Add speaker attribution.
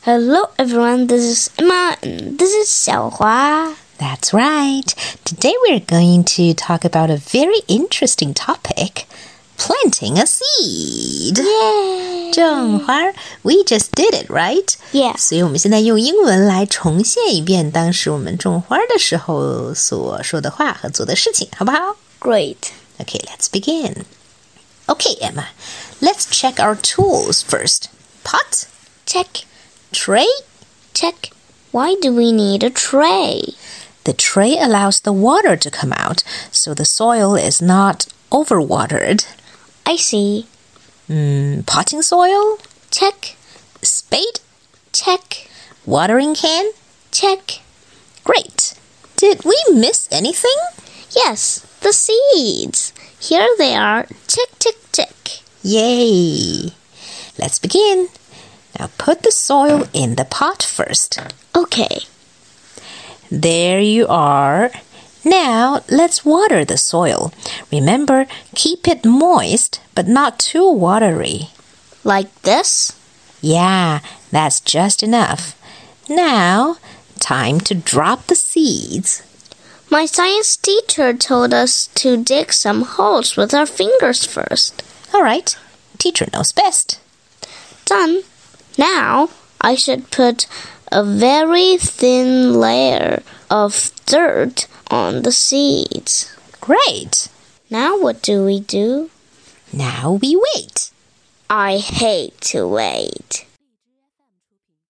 Speaker 1: Hello everyone, this is Emma and this is Xiaohua.
Speaker 2: That's right. Today we're going to talk about a very interesting topic planting a seed.
Speaker 1: Yay!
Speaker 2: 种花儿，We just did it, right?
Speaker 1: Yeah.
Speaker 2: 所以我们现在用英文来重现一遍当时我们种花儿的时候所说的话和做的事情，好不好
Speaker 1: Great.
Speaker 2: ？Okay, let's begin. Okay, Emma, let's check our tools first. Pot,
Speaker 1: Check,
Speaker 2: tray.
Speaker 1: check. Why do we need a tray?
Speaker 2: The tray allows the water to come out, so the soil is not overwatered.
Speaker 1: I see.
Speaker 2: Mm, potting soil,
Speaker 1: Check,
Speaker 2: spade,
Speaker 1: check,
Speaker 2: watering can.
Speaker 1: check.
Speaker 2: Great. Did we miss anything?
Speaker 1: Yes, the seeds. Here they are. Check, check, check.
Speaker 2: Yay! Let's begin. Now put the soil in the pot first.
Speaker 1: Okay.
Speaker 2: There you are. Now let's water the soil. Remember, keep it moist but not too watery.
Speaker 1: Like this?
Speaker 2: Yeah, that's just enough. Now, time to drop the seeds.
Speaker 1: My science teacher told us to dig some holes with our fingers first.
Speaker 2: All right, teacher knows best.
Speaker 1: Done. Now I should put a very thin layer of dirt on the seeds.
Speaker 2: Great.
Speaker 1: Now what do we do?
Speaker 2: Now we wait.
Speaker 1: I hate to wait.